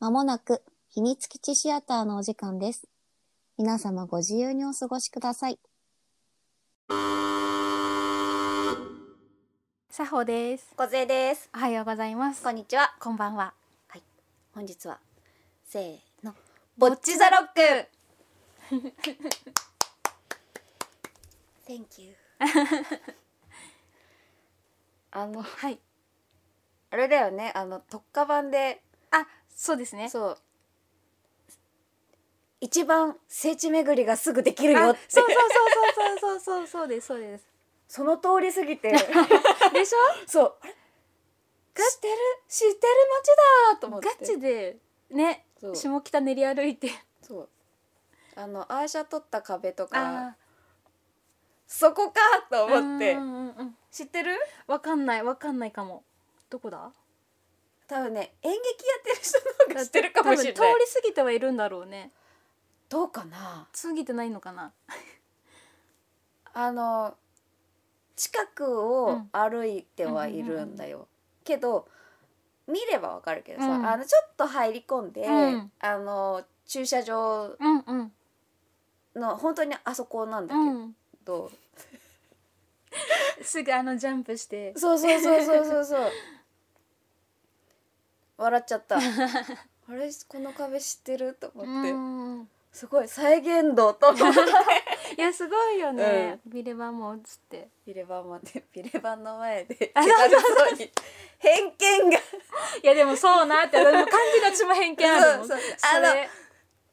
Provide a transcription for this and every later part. まもなく秘密基地シアターのお時間です。皆様ご自由にお過ごしください。佐保です。小杖です。おはようございます。こんにちは。こんばんは。本日はせーの、ぼっちザロック。Thank you あのはい。あれだよねあの特化版であ、そうですね。そう一番聖地巡りがすぐできるよあってそうそうそうそうそうそうそうそうですそうです。 その通り過 ぎてでしそうあれ知ってる知ってる街だと思ょ？ってガチでね、そう下北練り歩いて。そうあのアーシャ撮った壁とかあそこかとー、思ってうんうんうん。知ってるわかんないわかんないかも。どこだ？多分ね演劇やってる人の方が知ってるかもしれ多分ない通り過ぎてはいるんだろうね。どうかな過ぎてないのかな。あの近くうをん歩いてはいるんだよ、けど見ればわかるけどさ、うんあのちょっと入り込んで、うんあの駐車場うんうんの本当にあそこなんだうん。けど、すぐあのジャンプして。そうそうそうそうそう そう笑っちゃったあれこの壁知ってると思って、うん。すごい再現度と思 っていやすごいよね。ビレバも映って。ビレバンまでビレバンの前で気だるそうに偏見 がいやでもそうなって私も感じがちも偏見あるもんそうそうそれあの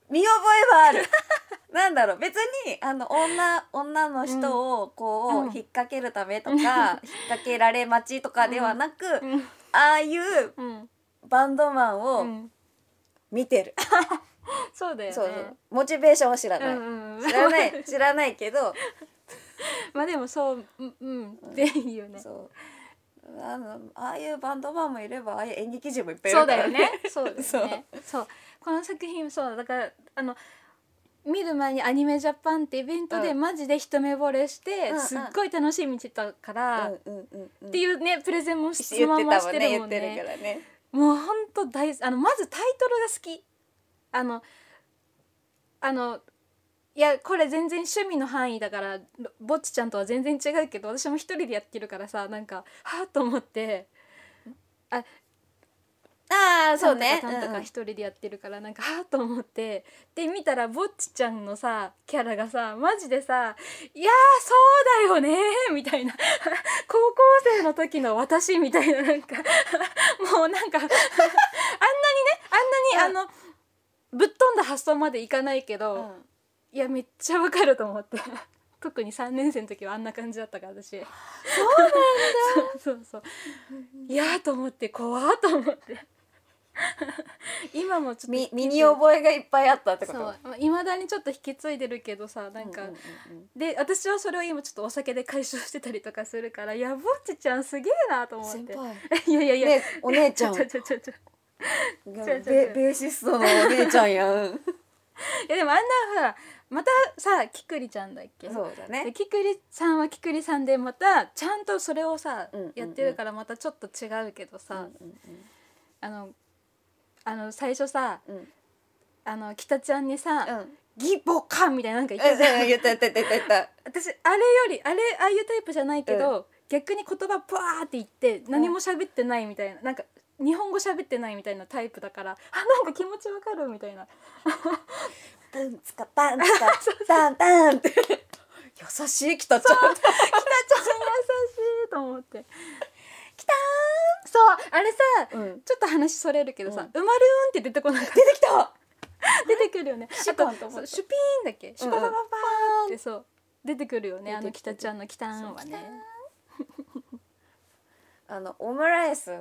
見覚えはある なんだろう別にあの女女の人をこう、うん引っ掛けるためとか、引っ掛けられ待ちとかではなく、うんああいううんバンドマンうをん見てる、そうだよねそうそうモチベーションは知らない、うんうん知らない知らないけど まあでもそううんうんっていいよねそうあのああいうバンドマンもいればああいう演劇人もいっぱいいそうるかだよらねそうだよねそうこの作品そうだからあの見る前にアニメジャパンってイベントでうマジで一目惚れしてうんうんすっごい楽しみにしてたからっうんうんうんうん、ていうねプレゼンもそ言のっまてまたしもんてねる言もっんてるねからねもう本当大好あのまずタイトルが好きあのあのいやこれ全然趣味の範囲だからぼぼっちちゃんとは全然違うけど私も一人でやってるからさなんかはあと思ってああそうねなんとかなんとか一人でやってるからなんかはあと思ってで見たらぼっちちゃんのさキャラがさマジでさ「いやーそうだよね」みたいな高校生の時の私みたいななんか もうなんか あんなにねあんなにあのぶっ飛んだ発想までいかないけど、うんうんいやめっちゃわかると思って 特に3年生の時はあんな感じだったから私そうなんだ そうそういやーと思って怖ーと思って 今もちょっとみ身に覚えがいっぱいあったってえこそとういまだにちょっと引き継いでるけどさなんか、うんうんうんで私はそれを今ちょっとお酒で解消してたりとかするからいやぼっちちゃんすげえなと思って先輩いやいやいや、ねお姉ちゃんちょちょちょちょベ違う違うベーシストのお姉ちゃんやんいやでもあんなほらまたさきくりちゃんだっけそうだでねキクリさんはキクリさんでまたちゃんとそれをさ、うんうんうんやってるからまたちょっと違うけどさ、あのあの最初さうんうんうんあの北ちゃんにさうん「ギボカン!」みたいななんか言ってた、え言った言った言った言った私あれよりあれああいうタイプじゃないけど、逆に言葉ブワーって言って何も喋ってないみたいな、なんか日本語喋ってないみたいなタイプだからあなんか気持ちわかるみ たいなパンツカパンツカ パンパンって優しい北ちゃん北ちゃん優しいと思って。きたーそうあれさ、うんちょっと話それるけどさ、うんうまるーんって出てこなかった出てきた 出てくるよね。シュあパとンと思ったそうシュピーンだっけシュパパパパーンってそう出てくるよねあ出てのくる北ちゃんの北んはね。あのオムライスあ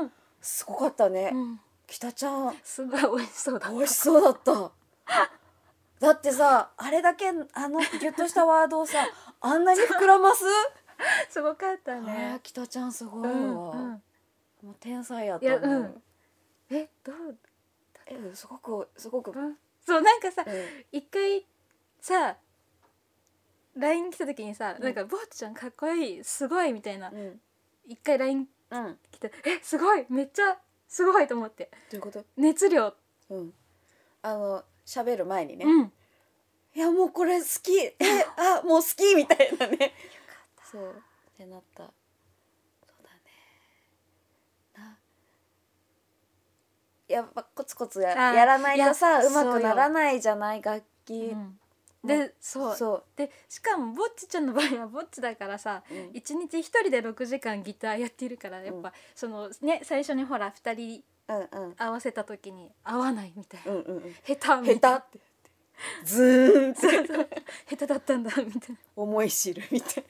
あ、すごかったねうん、北ちゃんすごい美味しそうだ。美味しそうだっただってさあれだけあのギュッとしたワードをさあんなに膨らますすごかったあれね。北ちゃんすごいうわ、んうん、もう天才やっいやたうのんえどうえすごくすごく、うんうんそうなんかさ一回さ LINE 来た時にさ、うんなんか「ぼっちゃんかっこいいすごい」みたいなうん一回 LINE うん来て「えすごいめっちゃすごいと思ってどういうこと熱量うんあの喋る前にね、いうんやもうこれ好きえあもう好きみたいなねそうってなったそうだねなやっぱコツコツやあーやらないとさいうやまくならないじゃない楽器、うんでそうそう、でしかもぼっちちゃんの場合はぼっちだからさうん一日一人で6時間ギターやってるからやっぱ、うそのね最初にほら2人うんうん合わせた時に合わないみたいな、うんうん下手うんみた下 い手ってズーンってなそうそう下手だったんだみたいな思い知るみたい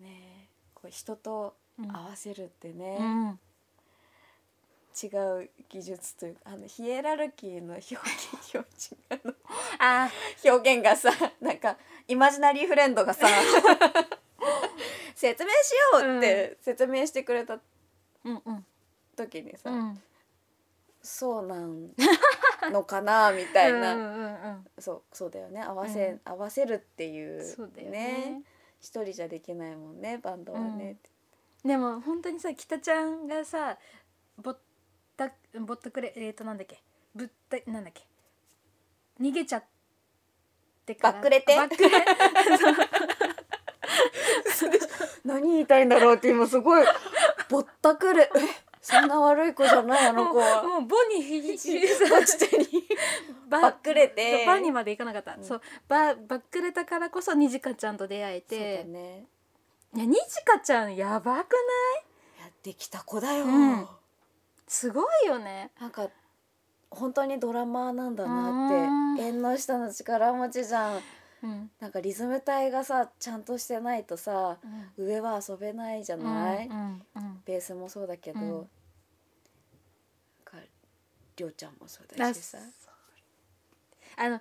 な。ねえこう人と合わせるってね、うん、違う技術というかあのヒエラルキーの表現表示あの あ表現がさなんかイマジナリーフレンドがさ説明しようって説明してくれたうんうん時にさ、うんそうなんのかなみたいな、うんうんそうそうだよね合わせ、うん合わせるっていううんそうだよね一人じゃできないもんねバンドはね、でも本当にさ北ちゃんがさぼったぼったくれえー、となんだっけぶったなんだっけ逃げちゃってからバックレてバックレ何言いたいんだろうって今すごいぼったくるえそんな悪い子じゃないあのもう子は。もうボにひひひ 落ちてにババックレてそうバーにまで行かなかった、うんそうババックレたからこそにじかちゃんと出会えそうだて、ねいやにじかちゃんやばくないやってきた子だよ、うんすごいよねなんか本当にドラマーなんだうなっんて縁の下の力持ちじゃんうん、なんかリズム体がさちゃんとしてないとさうん上は遊べないじゃない、うんうんベースもそうだけど、うんなんかりょうちゃんもそうあだしさあの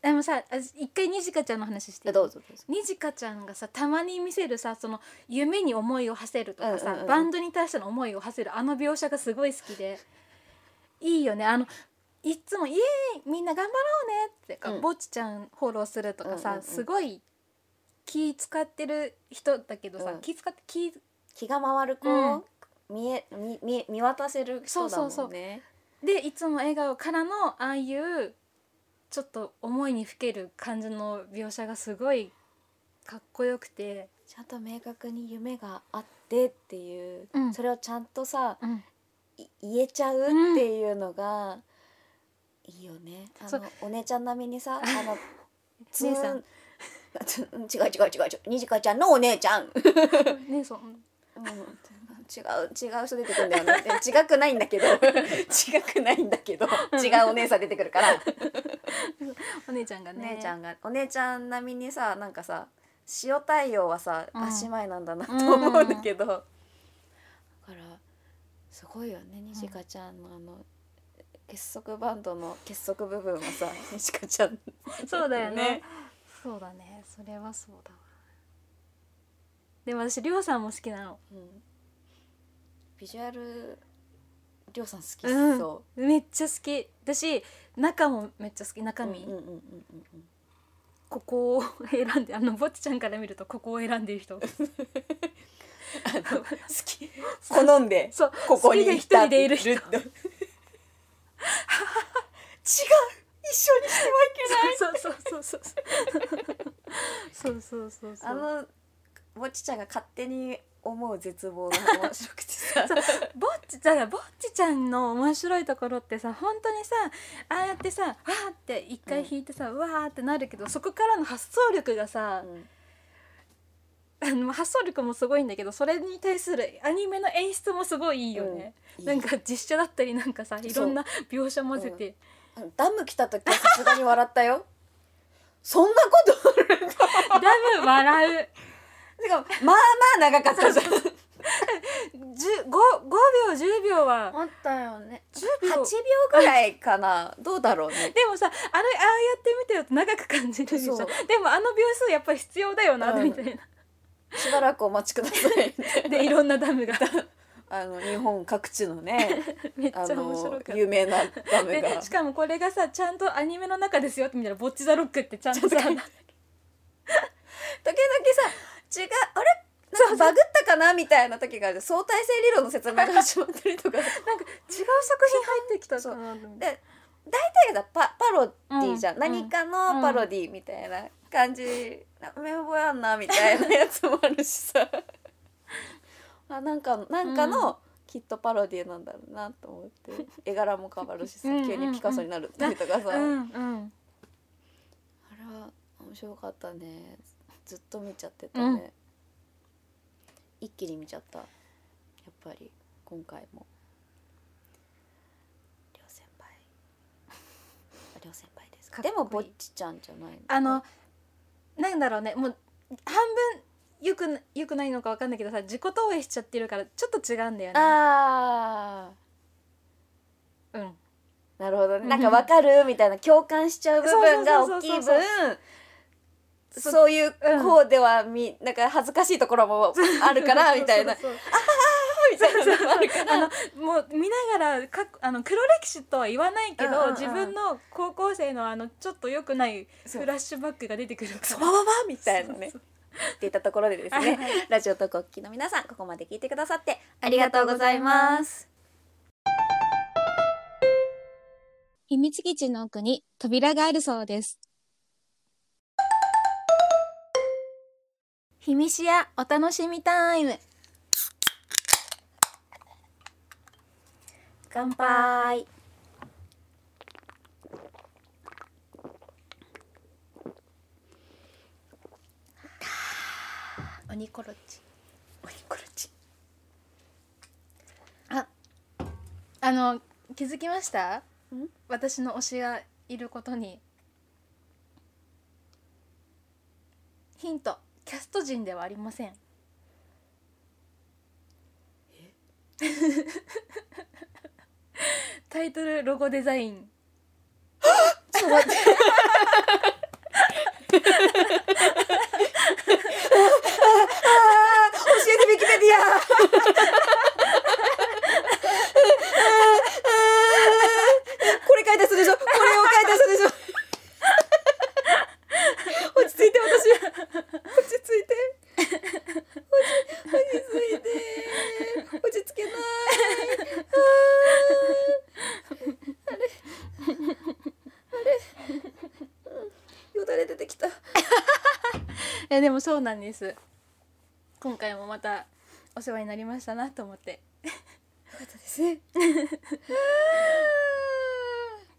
でもさあ一回にじかちゃんの話していいあどうぞどうぞにじかちゃんがさたまに見せるさその夢に思いを馳せるとかうんさ、うんうんバンドに対しての思いを馳せるあの描写がすごい好きでいいよねあのいっつも「イエーイみんな頑張ろうね」ってか、うんぼっちちゃんフォローするとかさ、うんうんうんすごい気使ってる人だけどさ、うん気使って気気が回る子、うん見え見見見渡せる人だもんねそうそうでいつも笑顔からのああいうちょっと思いにふける感じの描写がすごいかっこよくて。ちゃんと明確に夢があってっていう、うんそれをちゃんとさうんい言えちゃうっていうのが、いいよねあそうのお姉ちゃん並みに さあのつ姉さんんあつん違う 違う違う違うにじかちゃんのお姉ちゃん、うん、違うねそううん違う人出てくるんだよねで違くないんだ けど違くないんだけど違うお姉さん出てくるから、お姉ちゃんがおね姉ちゃんがお姉ちゃん並みにさなんかさ塩対応はさ、うんあ姉妹なんだなと思うんだけど、だからすごいよねにじかちゃんのあの結束バンドの結束部分はさ にじかちゃんそうだよねそうだねそれはそうだわでも私りょうさんも好きなのうん、ビジュアルりょうさん好きうんそめっちゃ好き私中もめっちゃ好きう、中うん、身、うんうんうんうんうんここを選んであのぼっちちゃんから見るとここを選んでる 人あの 好き好んでそうここに好きでい一た人っでていいるる人 違う一緒にしてはいけないそうそうそうそう そうそうそうそうそうあのぼっちちゃんが勝手に思う絶望が面白くてさ ぼっちだからぼっちちゃんの面白いところってさ本当にさああやってさわーって一回弾いてさ、わーってなるけどそこからの発想力がさ、あの発想力もすごいんだけどそれに対するアニメの演出もすごいいいよね、うんなんか実写だったりなんかさいろんな描写混ぜて、あのダム来た時はさすがに笑ったよ そんなことあるダム笑うてかまあまあ長かったじゃんじゅ 5, 5秒10秒はあったよね10 8秒秒ぐらいかなどうだろうねでもさあれああやってみてると長く感じるでしょそうでもあの秒数やっぱり必要だよな、うんみたいなしばらくお待ちくださ いでいろんなダムがあの日本各地の ねめっちゃあ面白かのった。有名なダムでがしかもこれがさちゃんとアニメの中ですよって見たら「ボッチ・ザ・ロック」ってちゃんとさ時々さ違うあれバグったかなみたいな時がある相対性理論の説明が始まったりと かう作品入ってきたかなと思ってだけどパパロディじゃん、うん何かのパロディみたいな感じ、メモやんなみたいなやつもあるしさ あなんかなんかの、うきっとパロディなんだろうなと思って絵柄も変わるしさうん急にピカソになるってとかさ、うんうんあれは面白かったねずっと見ちゃってたね、一気に見ちゃったやっぱり今回も両先 輩あ両先輩ですかかっこいいでもぼっちちゃんじゃないのあのなんだろうねもう半分よくなよくないのかわかんないけどさ自己投影しちゃってるからちょっと違うんだよねあうんーなるほどうねんなんかわかるみたいな共感しちゃう部分が大きいそうそうそう分そうそうそういううんこうではみなんか恥ずかしいところもあるからみたいなそうそう みたいなのもあるかあらのもう見ながらかあの黒歴史とは言わないけど、うんうんうん自分の高校生のあのちょっと良くないそうフラッシュバックが出てくるそかのままみたいなねそうっていったところでですら。ねラジオと国旗の皆さんここまで聞いてくださってありがとうございます秘密基地の奥に扉があるそうです。ひみしやお楽しみタイム。乾杯オニコロッチ。おにころちあの気づきましたん？私の推しがいることに。ヒントキャスト陣ではありません。 タイトルロゴデザイン。教えてウィキペディアこれ書いた人でしょこれを書いた人でしょ落ち着いて私落ち着いて落ち落ち着いて落ち着けないあーあれあれうんよだれ出てきたいやでもそうなんです今回もまたお世話になりましたなと思ってですね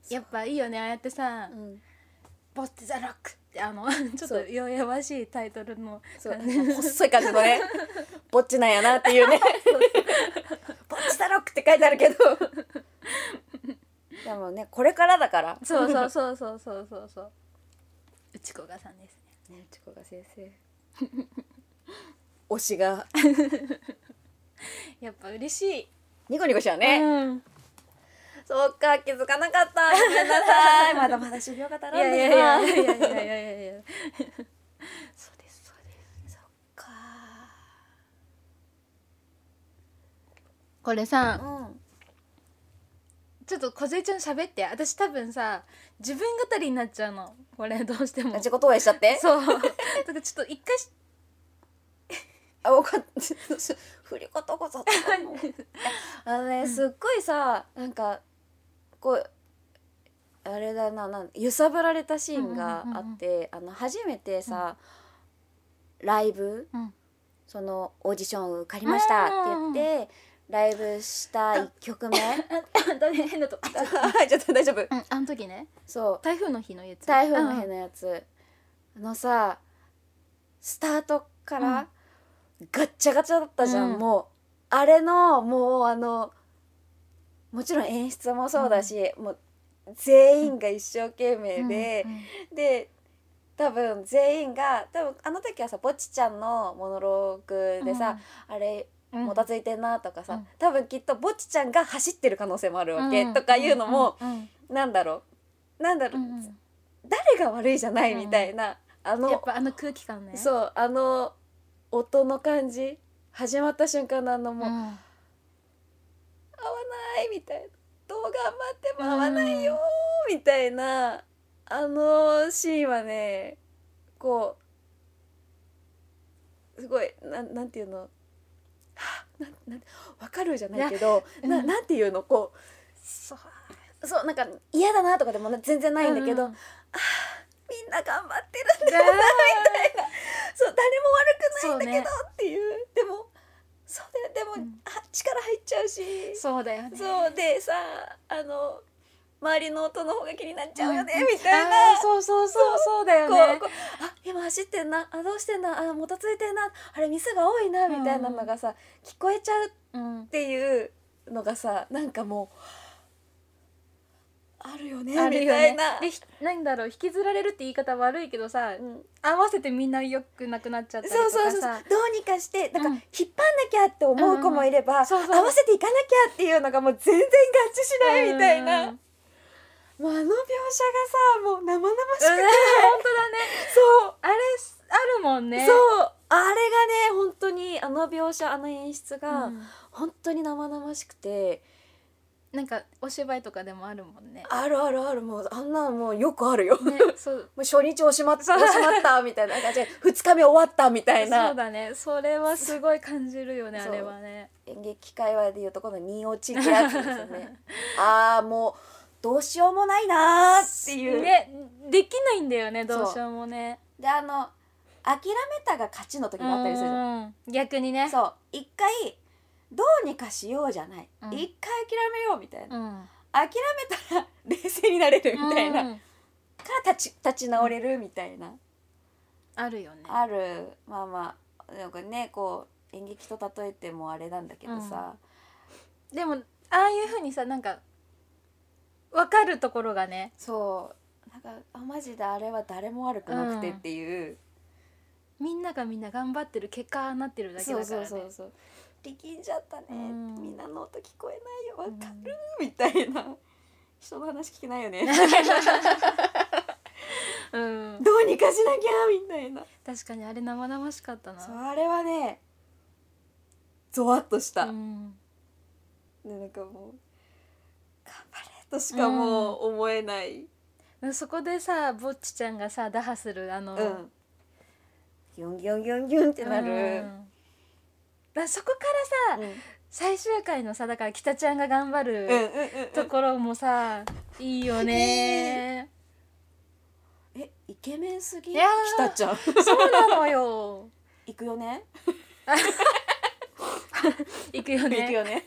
やっぱいいよねああやってさうん「ボッテ・ザ・ロック」ってあの ちょっと弱々しいタイトルのそう、細い感じのね、ぼっちなんやなっていうね。 ぼっちだろくって書いてあるけど。 でもね、これからだから。そうそうそうそうそうそうそううちこがさんですねね、チコが先生。推しが。やっぱ嬉しいニコニコしちゃうね。うん、そうか、気づかなかった。ごめんなさい。まだまだ修行が足らんいでやいやいやいやいやいやいやいやそうですそうですか。これうさん。ちょっと梢ちゃん喋って私多分さ自分語りになっちゃうのこれどうしても自己投影しちゃって。そうだからちょっと一回しあ、分かった。振り方こそ。あのね、すっごいさ、なんか。こう。あれだな、なん、揺さぶられたシーンがあって、あの、初めてさ。ライブうん。そのオーディション受かりましたって言って。ライブした一曲 目。だね変だと。はい、ちょっと大丈夫。うん、あの時ね、そう。台風の日のやつ。台風のう日んのやつ。あのさ。スタートかうんら。ガッチャガチャだったじゃん、うんもうあれのもうあのもちろん演出もそうだし、もう全員が一生懸命で、で多分全員が多分あの時はさぼちちゃんのモノローグでさ、、あれうんもたついてんなとかさ、うん多分きっとぼちちゃんが走ってる可能性もあるわけ、とかいうのも、、うんうんなんだろうなんだろうう、んうん誰が悪いじゃないみたいな、あうんやのっぱあの空気感ね。う。そうあの音の感じ始まった瞬間のあのもう、合わん、ないみたいなどう頑張っても合わないよーみたいなあのシーンはねこうすごいなんなんていうのはぁなんなんわかるじゃないけど、なうんなんていうのこそううそうなんか嫌だなとかでも全然ないんだけど、うんみんな頑張ってるんだよなみたいなそう誰も悪くないんだけどっていうでもそうだよでも、うんあ力入っちゃうしそうだよねそうでさあの周りの音の方が気になっちゃうよね、みたいなあーそうそうそうそうだこようねこうあ今走ってんなあどうしてんなあもたついてんなあれミスが多いなみたいなのがさ、聞こえちゃうっうんていうのがさなんかもうあるよねあるみよたいねな。でひなんだろう引きずられるって言い方悪いけどさうん合わせてみんな良くなくなっちゃったりとそうそかうそうどさうにかしてなんかうん引っ張んなきゃって思う子もいれば、んそうそう合わせていかなきゃっていうのがもう全然合致しないみたいな、うんうんうんもうあの描写がさもう生々しくて、本当だね そうあれあるもんねそうあれがね本当にあの描写あの演出がうん本当に生々しくて、なんかお芝居とかでもあるもんねあるあるあるもうあんなのもうよくあるよ、 もねそうう初日おしまっおしそまうったみたいな感じで2日目終わったみたいそなうだねそれはすごい感じるよねあそうれはね演劇界隈でいうとこの二落ちってやつですよ ねああもうどうしようもないなーっていう、ねできないんだよねそうどうしようもねであの諦めたが勝ちの時もあったりするじゃんうん逆にねそう一回どうにかしようじゃない、うん一回諦めようみたいな、うん諦めたら冷静になれるみたいな、うんから立ち立ち直れるみたいな、あるよねあるまあまあなんかねこう演劇と例えてもあれなんだけどさ、でもああいうふうにさなんか分かるところがねそうなんかあマジであれは誰も悪くなくてっていう、みんながみんな頑張ってる結果ああなってるだけだそうからねそうそうそう力んじゃったね、うんみんなの音聞こえないよわかうんる、みたいな 人の話聞けないよねうん どうにかしなきゃみたいな確かにあれ生々しかったなそうあれはねゾワッとした、うんでなんかもう頑張れとしかもう思えない、そこでさぼっちちゃんがさ打破するあの、うん、ギュンギュンギュンギュンってなる、うんだそこからうさん、うん最終回のさだから北ちゃんが頑張うんうんるうところもさ、いいよねんえイケメンすぎいやきたー ちゃんそうなのよ行くよね行くよね行くよね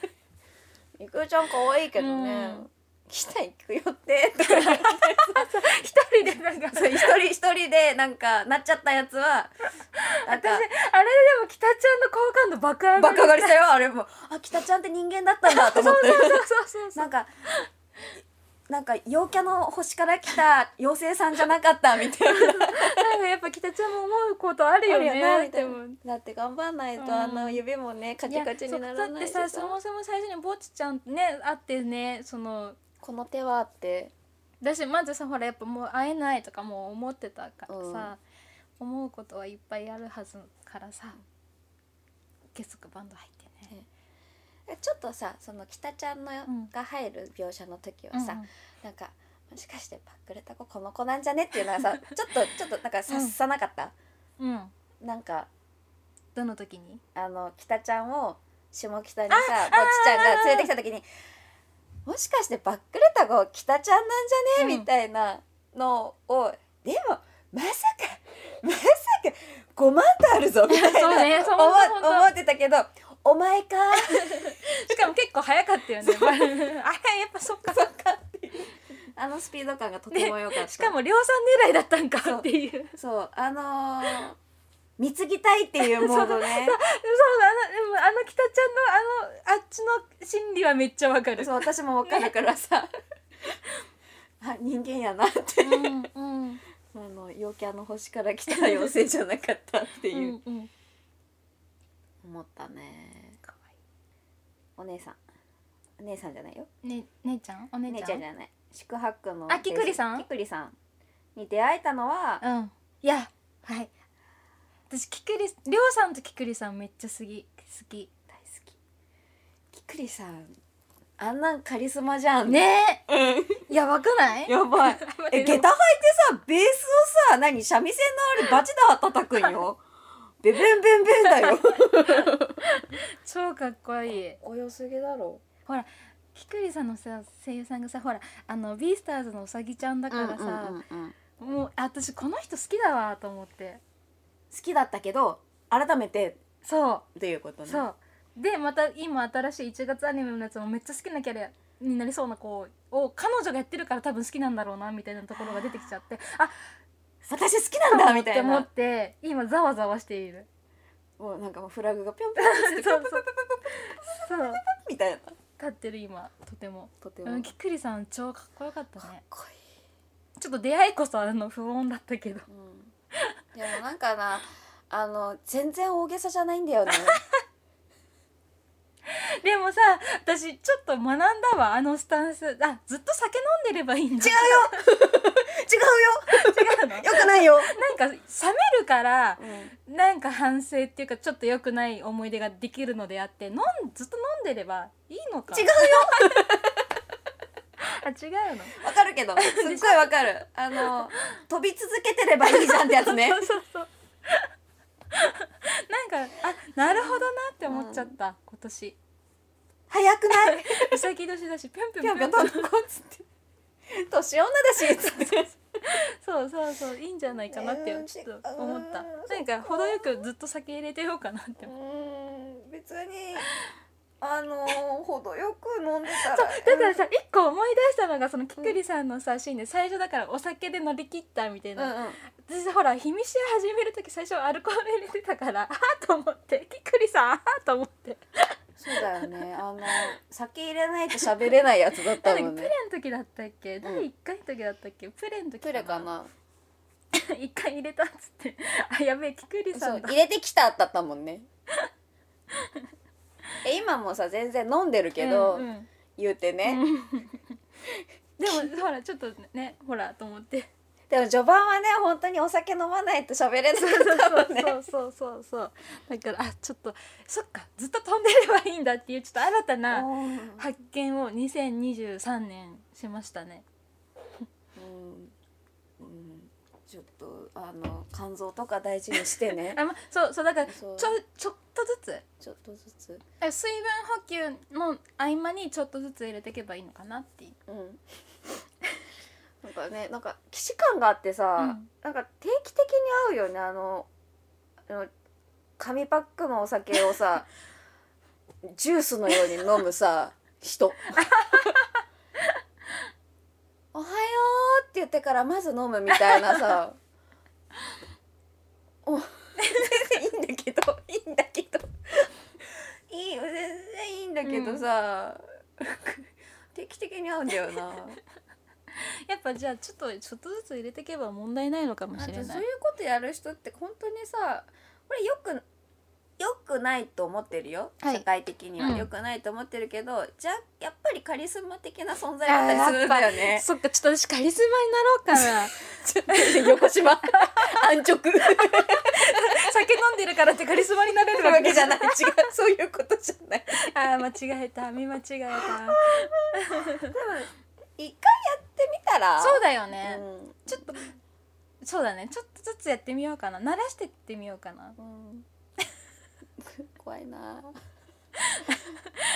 イクヨちゃん可愛いけどね、うんきた行くよって 一人でなんかそう一人一人でなんかなっちゃったやつはなんか私あれでも北ちゃんの好感度爆上がバりカ狩りしたよあれもあきたちゃんって人間だったんだと思ってそうそうそうなんかなんか陽キャの星から来た妖精さんじゃなかったみたいななんかやっぱ北ちゃんも思うことあるよねあるよなみたいなでもだって頑張んないと、うんあの指もねカいチやカチになそらうだっないてしさそもそも最初にぼっちちゃんね会ってねそのこの手はあってだしまずさほらやっぱもう会えないとかもう思ってたからうんさ、思うことはいっぱいあるはずからさ結束バンド入ってね。ちょっとさその北ちゃんのんが入る描写の時はさ、なんかもしかしてパックレタコこの子なんじゃねっていうのは さちょっとちょっとなんか察さなかった、うん、うんなんかどの時にあの北ちゃんを下北にさぼっちちゃんが連れてきた時にもしかしてバックレタゴ北ちゃんなんじゃね、うんみたいなのをでもまさかまさか5万とあるぞみたいそうなねそうそう思わそう思ってたけど「お前か」しかも結構早かったよね あれやっぱそっかとかっていうあのスピード感がとても良かった、しかも量産狙いだったんかっていうそうそうあのー貢ぎたいっていうモードねだあのでもあの北ちゃんのあのあっちの心理はめっちゃわかるそう私も分かるからさ あ人間やなってうんうんあの陽キャの星から来た妖精じゃなかったってういう、んうん思ったねかわお姉さんお姉さんじゃないよいいね姉ちゃんお姉姉ちゃんちゃんじゃない宿泊のあきくりさんきくりさんに出会えたのは、うんいやはい私きくりりょうさんときくりさんめっちゃ好き好き大好ききくりさんあんなんカリスマじゃんねうえやばくないんやば い え下駄履いてさベースをさ何三味線のあれバチで叩くんよベベンベンベンだよ超かっこいいおよすぎだろきくりさんのさ声優さんがさほらあのビースターズのうさぎちゃんだだからさ、もうあ私この人好きだわと思って好きだったけど改めてそっていうことうねそうでまた今新しい1月アニメのやつもめっちゃ好きなキャラになりそうな子を彼女がやってるから多分好きなんだろうなみたいなところが出てきちゃってあ私好きなんだみたいって思なって今ざわざわしているもうなんかもうフラグがピョンピョンってしてそピョうンピョンピそョンピョンピョうンそうみたいな立ってる今とてもとてもうかんっきっくりさん超かっこよかったねこちょっと出会いこそあの不穏だったけどいい、うん、でもなんかなあの全然大げさじゃないんだ よねでもさ私ちょっと学んだわあのスタンスあずっと酒飲んでればいいんだ違うよ違う違うよのよくないよ、なんか冷めるからうんなんか反省っていうかちょっと良くない思い出ができるのであって飲んずっと飲んでればいいのか違うよあ違うのわかるけどすっごいわかるあの飛び続けてればいいじゃんってやつ ねそうそう そうなんかあなるほどなって思っちゃった、今年早くないうさぎ年だしぴょんぴぴょょんんぴぴょょんんぴ飛ょんんでこっつって年女だしつってそうそうそういいんじゃないかなってねえちょっと思ったうんそっかなんか程よくずっと酒入れてようかなってう思うーん別にあのー、程よく飲んでたらそうだからさ一個思い出したのがそのきくりさんのさシーンで最初だからお酒で乗り切ったみたいな、うんうん私ほら日見し始める時最初アルコール入れてたからああと思ってきっくりさんああと思ってそうだよねあの酒入れないと喋れないやつだった誰もかんプねレの時だったっけ、第1回の時だったっけプレの時プレかな 一回入れたっつってあやべえきくりさそうんだ入れてきただったもんねえ今もさ全然飲んでるけど、うんうん言うてね、でもほらちょっとねほらと思ってでも序盤はね本当にお酒飲まないと喋れなかったもんねそうそうそうそうだからあちょっとそっかずっと飛んでればいいんだっていうちょっと新たなうん発見を2023年しましたねうんうんちょっとあの肝臓とか大事にして ねあ、ま、そうそうだからちそょうちょっとずつちょっとずつえ水分補給の合間にちょっとずつ入れていけばいいのかなっていううん なんかねなんか既視感があってさ、うんなんか定期的に合うよねあのあの紙パックのお酒を さジュースのように飲むさ人おはようって言ってからまず飲むみたいなさ お 全然いいんだけどいいんだけどいいよ全然いいんだけどさ、 定期的に合うんだよな。やっぱじゃあちょっとちょっとずつ入れていけば問題ないのかもあとしれそういうないことやる人って本当にさこれよくよくないと思ってるよ、はい社会的には、うんよくないと思ってるけどじゃやっぱりカリスマ的な存在だったりするんだよね。そっかちょっと私カリスマにな ろうかな横島 安直酒飲んでるからってカリスマになれるわわけけじじゃゃなないい違うそういうことじゃない。 あー間違えた見間違え一回やってみたらたそうだよね、うんちょっとそうだねちょっとずつやってみようかな慣らしてってみようかなうん、 怖いな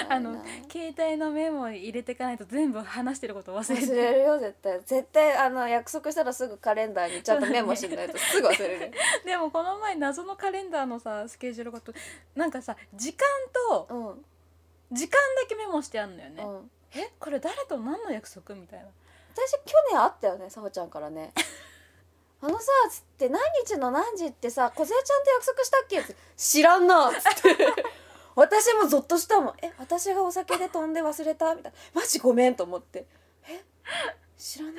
あの怖いな携帯のメモ入れていかないと全部話してること忘れて忘れるよ絶対絶対あの約束したらすぐカレンダーにちゃんとメモしないとすぐ忘れる、でもこの前謎のカレンダーのさスケジュールごとなんかさ時間とうん時間だけメモしてあるんだよね、うんえこれ誰と何の約束みたいな私去年あったよねさほちゃんからねあのさつって何日の何時ってさ小杉ちゃんと約束したっけつって知らんなつって私もゾッとしたもんえ私がお酒で飛んで忘れたみたいなマジごめんと思ってえ知らな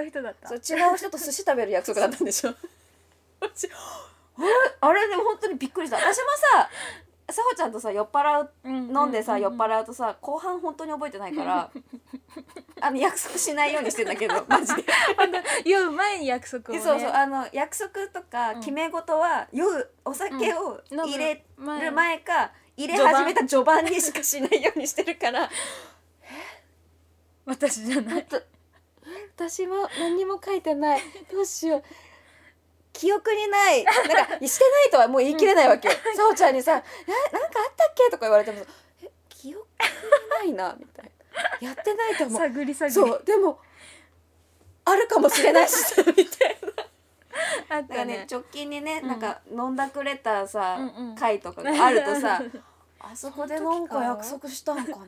い違う人だったそう違う人と寿司食べる約束だったんでしょ 私あれあれでも本当にびっくりした私もささほちゃんとさ酔っ払う飲んでさ、酔っ払うとさ後半本当に覚えてないから あの約束しないようにしてんだけ どマジで酔う前に約束をねそうそうあの約束とかうん決め事は、酔うお酒を飲む入れ前る前か、入れ始めた序盤にしかしないようにしてるから私じゃない 私も何にも書いてないどうしよう記憶にないなんかしてないとはもう言い切れないわ けよさおちゃんにさ「えなんかあったっけ?」とか言われても「え記憶にないな」みたいな「やってないと思う」探り探 りそうでもあるかもしれないしみたいあったなねね直近にねうんなんか飲んだくれたさうんうん。回とかがあると さ あそこでなんか約束したんかな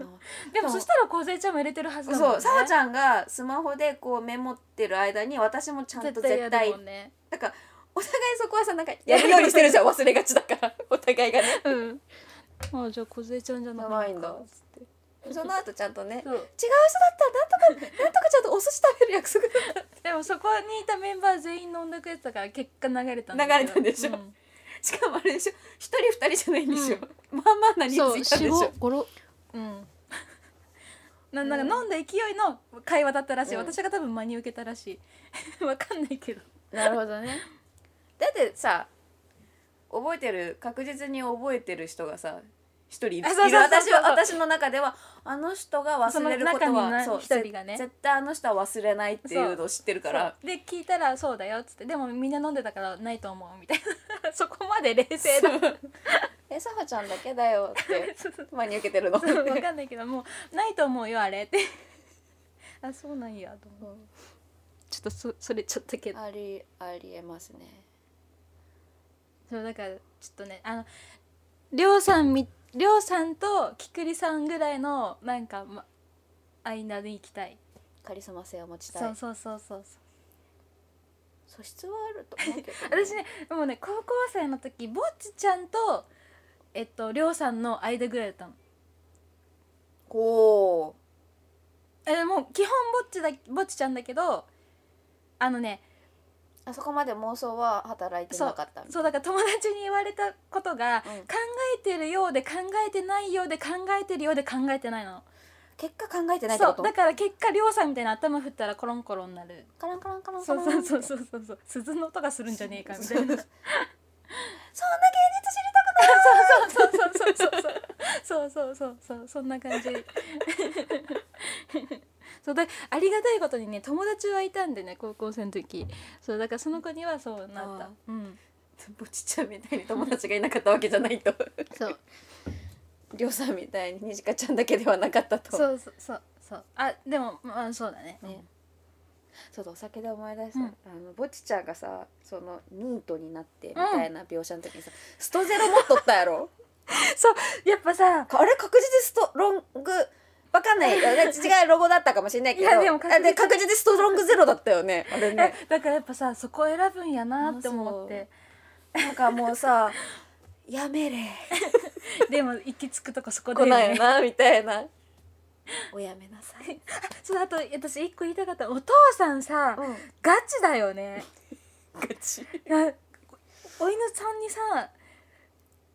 でもそしたら梢ちゃんも入れてるはずだもんそねうさわちゃんがスマホでこうメモってる間に私もちゃんと絶対絶やる対もんねなんかお互いそこはさなんかやるようにして るじゃん忘れがちだからお互いがねうんああじゃあ梢ちゃんじゃないじゃないんだつってその後ちゃんとね違う人だそうったらなんとかなんとかちゃんとお寿司食べる約束 だったでもそこにいたメンバー全員飲んだくれてたから結果流れたんだけど流れたんでしょうんしかもあれでしょ一人二人じゃないんでしょ、まあまあな人そう数いたんでしょ45うんななんか飲んだ勢いの会話だったらしい、うん私が多分真に受けたらしい わかんないけどなるほどねだってさ覚えてる確実に覚えてる人がさ一人いるあそうそうそうそう私は私の中ではあの人が忘れることその中にはなそう一人がねぜ絶対あの人は忘れないっていうのを知ってるからそうで聞いたら「そうだよ」っつって「でもみんな飲んでたからないと思う」みたいな そこまで冷静だえさはちゃんだけだよって 真に受けてるのそうわかんないけどもうないと思うよあれって あそうなんやと思うちょっとそそれちゃったけどありありえますねそうだからちょっとねあのりょうさんみりょうさんときくりさんぐらいのなんか、ま、間で行きたいカリスマ性を持ちたそいうそうそうそうそう素質はあると思うけど、私ねもうね高校生の時ぼっちちゃんとえっとりょうさんの間ぐらいだったのこえもう基本ぼっちだぼっちちゃんだけどあのねうあそこまで妄想は働いてなかったそうだから友達に言われたことが、うん考えてるようで考えてないようで考えてるようで考えてないの結果考えてないってこそうとだから結果りょうさんみたいな頭振ったらコロンコロンなるカランカランカランカそラうンそうそうそうそうそう鈴の音がするんじゃねえかみたいなそそうんなそうそうそうそうそうそうそうそうそんな感じそうだありがたいことにね友達はいたんでね高校生の時そうだからその子にはそうなっあたうん芸ぼちちゃんみたいに友達がいなかったわけじゃないとそうりょうさんみたいににじかちゃんだけではなかったとそうそうそうそうあでもまあそうだねねそうだお酒で思い出した、うんあのぼちちゃんがさそのニートになってみたいな描写の時にさ、ストゼロ持っとったやろやっぱさあれ確実ストロングわかん ないいや違うロゴだったかもしれないけどいやでも確実あで確実ストロングゼロだったよねあれねえ だからやっぱさそこ選ぶんやなって思って なんかもうさ「やめれでも行き着くとこそこ来だよねないよな」みたいな「おやめなさい」 そうあと私一個言いたかったお父さんさ、うんガチだよねガチあお犬さんにさ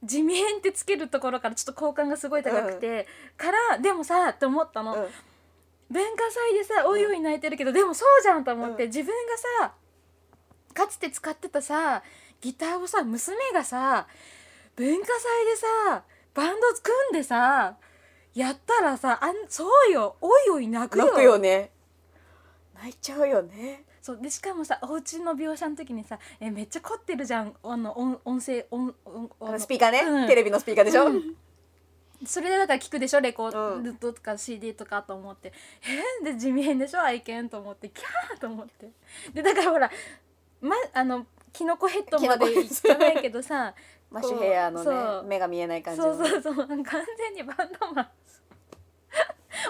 地味変ってつけるところからちょっと好感がすごい高くて、からでもさって思ったの、うん文化祭でさおいおい泣いてるけど、でもそうじゃんと思って、うん自分がさかつて使ってたさギターをさ娘がさ文化祭でさバンド組んでさやったらさあんそうよおいおい泣くよ泣くよね泣いちゃうよねそうでしかもさお家の描写の時にさ「えめっちゃ凝ってるじゃんあの音音声音音あの音スピーカーね、うんテレビのスピーカーでしょ、うんそれでだから聞くでしょレコうーんドとか CD とかと思って「えで地味変でしょ愛犬」と思ってキャーと思ってでだからほら、ま、あのキノコヘッドまでいかないけどさマッシュヘアのそうね目が見えない感じそのうそうそう完全にバンドマン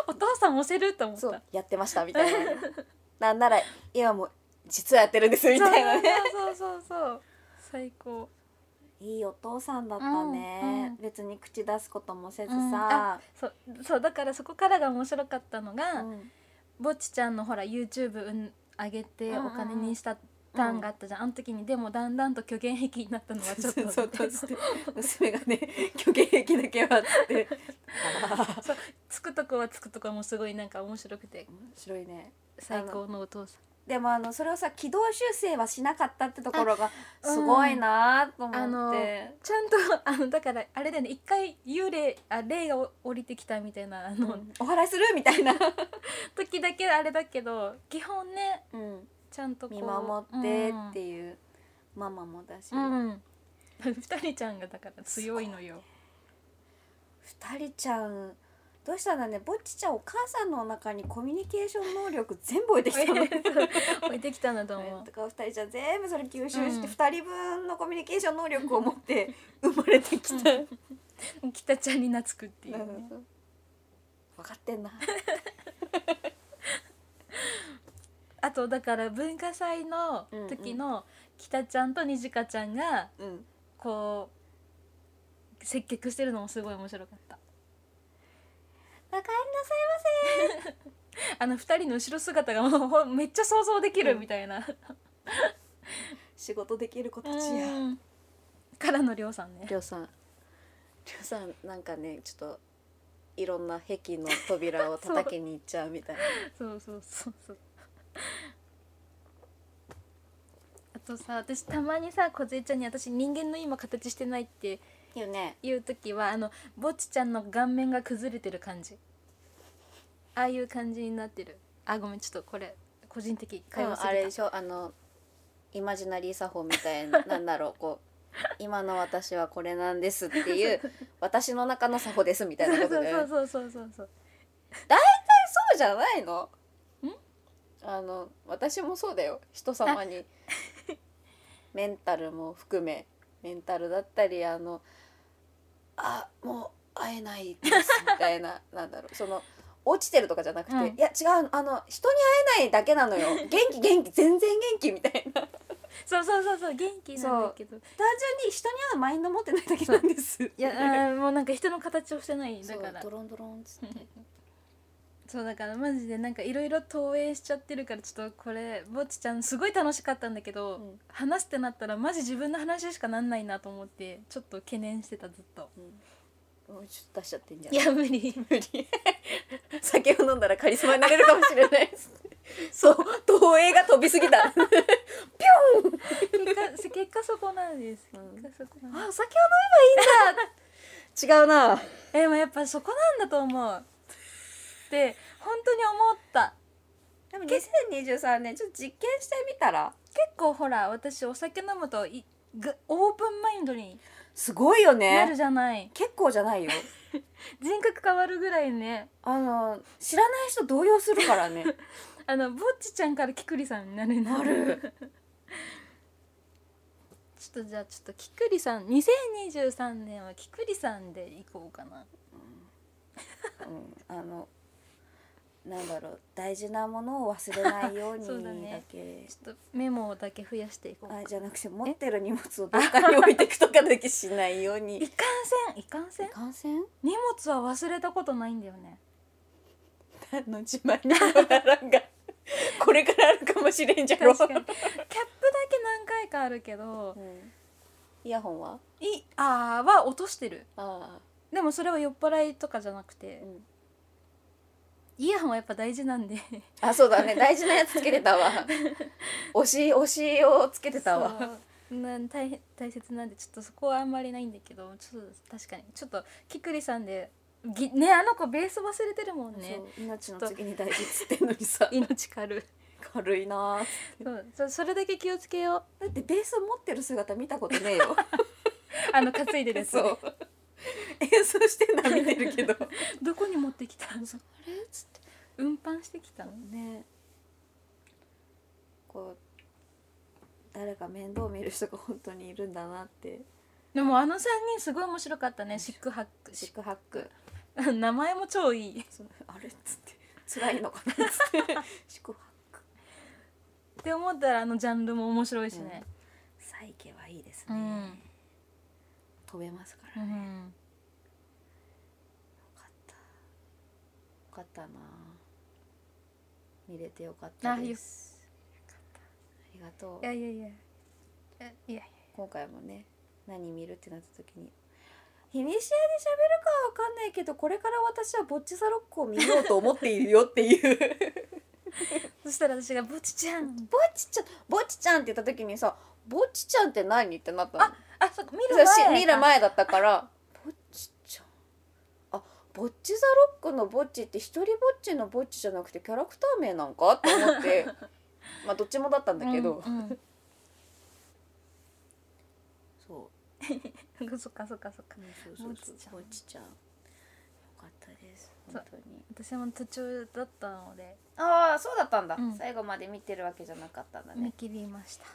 お父さん押せると思ったそそううやってましたみたいなねなんなら今も実はやってるんですみたいなねそうそうそうそう最高いいお父さんだったね、うんうん別に口出すこともせずうんさあ、そうそうだからそこからが面白かったのが、うんぼっちちゃんのほら YouTube うん上げてお金にした段があったじゃん、あの時にでもだんだんと虚言癖になったのはちょっとそうそうそうそう娘がね 虚言癖だけはあってあーつくとこはつくとこもすごいなんか面白くて面白いね最高のお父さでもあのそれをさ軌道修正はしなかったってところがすごいなと思って、あのんちゃんとあのだからあれだよね一回幽霊あ霊が降りてきたみたいなあの、うんお祓いするみたいな、時だけあれだけど基本ねちゃんとこう見守ってっていう、ママもだし、うん。二人ちゃんがだから強いのよ。二人ちゃんどうしたんだねぼっちちゃんお母さんのお腹にコミュニケーション能力全部置いてきたの 置いてきたんだと 思うと。か二人ちゃん全部それ吸収しうんて二人分のコミュニケーション能力を持 って生まれてきた、うん北ちゃんに懐くっていう、ね。分かってんなあとだから文化祭の時の北ちゃんとにじかちゃんがうんこう接客してるのもすごい面白かったおかえりなさいあの二人の後ろ姿がもうほんめっちゃ想像できるみたいな、仕事できる子たちや、うん、 からのりょうさんねりょうさんりょうさんなんかねちょっといろんな壁の扉を叩きに行っちゃうみたいなそうそうそうそうあとさ私たまにさこずえちゃんに私人間の今形してないっていいよねいう時はあのぼっちちゃんの顔面が崩れてる感じああいう感じになってるあごめんちょっとこれ個人的会話あすれぎでたしょあのイマジナリー作法みたいななんだろうこ う今の私はこれなんですっていう私の中の作法ですみたいなことでそうそうそうそうそうそうじゃないのんあの私もそうだよ人様にメンタルも含めメンタルだったりあのあもう会えないですみたい ななんだろうその落ちてるとかじゃなくて、うんいや違うあの人に会えないだけなのよ元気元気全然元気みたいなそうそうそうそう元気なんだけど単純に人に合うマインド持ってないだけなんです。いい やあーもうなんか人の形をしてないだだかかららそドうロンドロンっつって。だからマジでなんかいろいろ投影しちゃってるからちょっとこれぼっちちゃんすごい楽しかったんだけど、うん話すってなったらマジ自分の話しかなんないなと思ってちょっと懸念してたずっともうちょっと出しちゃってんじゃん。いや無理無理。 酒を飲んだらカリスマになれるかもしれないです。 そう投影が飛びすぎ た。結果 結果そこなんですうん結果そこなんですあお酒を飲めばいいんだ。違うな。えでもやっぱそこなんだと思うって本当に思ったでも2023年ちょっと実験してみたら結構ほら私お酒飲むといぐオープンマインドにすごいよなるね。じゃない結構じゃないよ。人格変わるぐらいねあの知らない人動揺するからね。 あのぼっちちゃんからきくりさんになるななる ちょっとじゃあちょっときくりさん2023年はきくりさんでいこうかなうん、あのなんだろう大事なものを忘れないよう にそうだねだけちょっとメモだけ増やしていこうかあじゃなくて持ってる荷物をどっかに置いていくとかだけしないよういにかんせんいかんせん感染荷物は忘れたことないんだよね何の自慢にもなら んがこれからあるかもしれんじ ゃろ確かに キャップだけ何回かあるけどうん、イヤホンはいあーは落としてるあでもそれは酔っ払いとかじゃなくあ、てうん、イヤホンはやっぱ大事なんであそうだね大事なやつつけてた わ推し推しをつけてたわそうな大変大切なんでちょっとそこはあんまりないんだけどちょっと確かにちょっときくりさんでぎねあの子ベース忘れてるもんねそう命の次に大事っつってんのにさ命軽 軽いなあそうそそれだけ気をつけよだってベース持ってる姿見たことねえようあの担いでるやつ、そう演奏してんのは見てるけどあどこに持ってきたのれっつって運搬してきたのねこう誰か面倒見る人が本当にいるんだなってでもあの3人すごい面白かったねシックハック四苦八苦 名前も超いいそうあれっつって辛いのかなっつって四苦八苦って思ったらあのジャンルも面白いしね再起はいいですうね、ん、飛べますからうよん、かったよかったな見れてよかっあたよですありがというやいやいやえいやいや今回もね何見るってなった時に日にしえで喋るかは分かんないけどこれから私はぼっちサロックを見ようと思っているよっていうそしたら私が「ぼちちゃんぼっちちゃんぼっちちゃんって言った時にさぼっちちゃんって何ってなったのああそうか見るそうし前見る前だったからぼっちちゃんあぼっちザロックのぼっちって一人ぼっちのぼっちじゃなくてキャラクター名 なんかって思ってまあどっちもだったんだけど、うんうん そっかそっかそっかそうそうそうぼっちちゃんよかったですそう本当に私も途中だったのでああそうだったんだ、うん最後まで見てるわけじゃなかったんだ見ね、切りました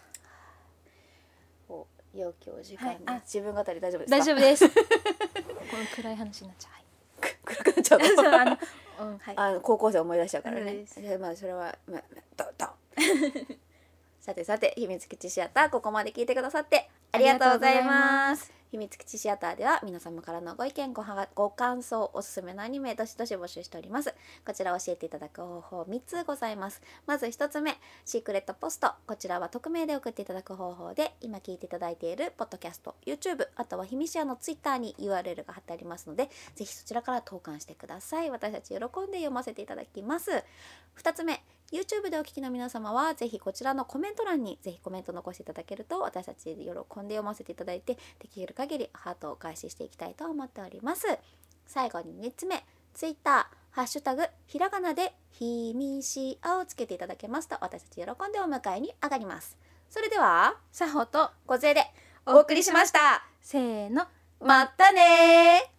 お陽気お時間です、はいあ自分語り大丈夫ですか大丈夫夫です この暗い話になっちゃうはい暗くなっちゃう そうのあの、うん、はい。あの高校生思い出しちゃうからそうねで。すでまあそれはまあまあドンドン。 さてさて秘密基地シアターここまで聞いてくださってありがとうございます。秘密基地シアターでは皆様からのご意見ごはがご感想おすすめのアニメどしどし募集しております。こちらを教えていただく方法3つございます。まず1つ目シークレットポストこちらは匿名で送っていただく方法で今聞いていただいているポッドキャスト YouTube あとは秘密シアの Twitter に URL が貼ってありますのでぜひそちらから投函してください。私たち喜んで読ませていただきます。2つ目、YouTube でお聞きの皆様は、ぜひこちらのコメント欄にぜひコメント残していただけると、私たち喜んで読ませていただいて、できる限りハートをお返ししていきたいと思っております。最後に3つ目、Twitter、ハッシュタグ、ひらがなで、ひみしあをつけていただけますと、私たち喜んでお迎えに上がります。それでは、さほとご勢でお送りしました。せーの。まったねー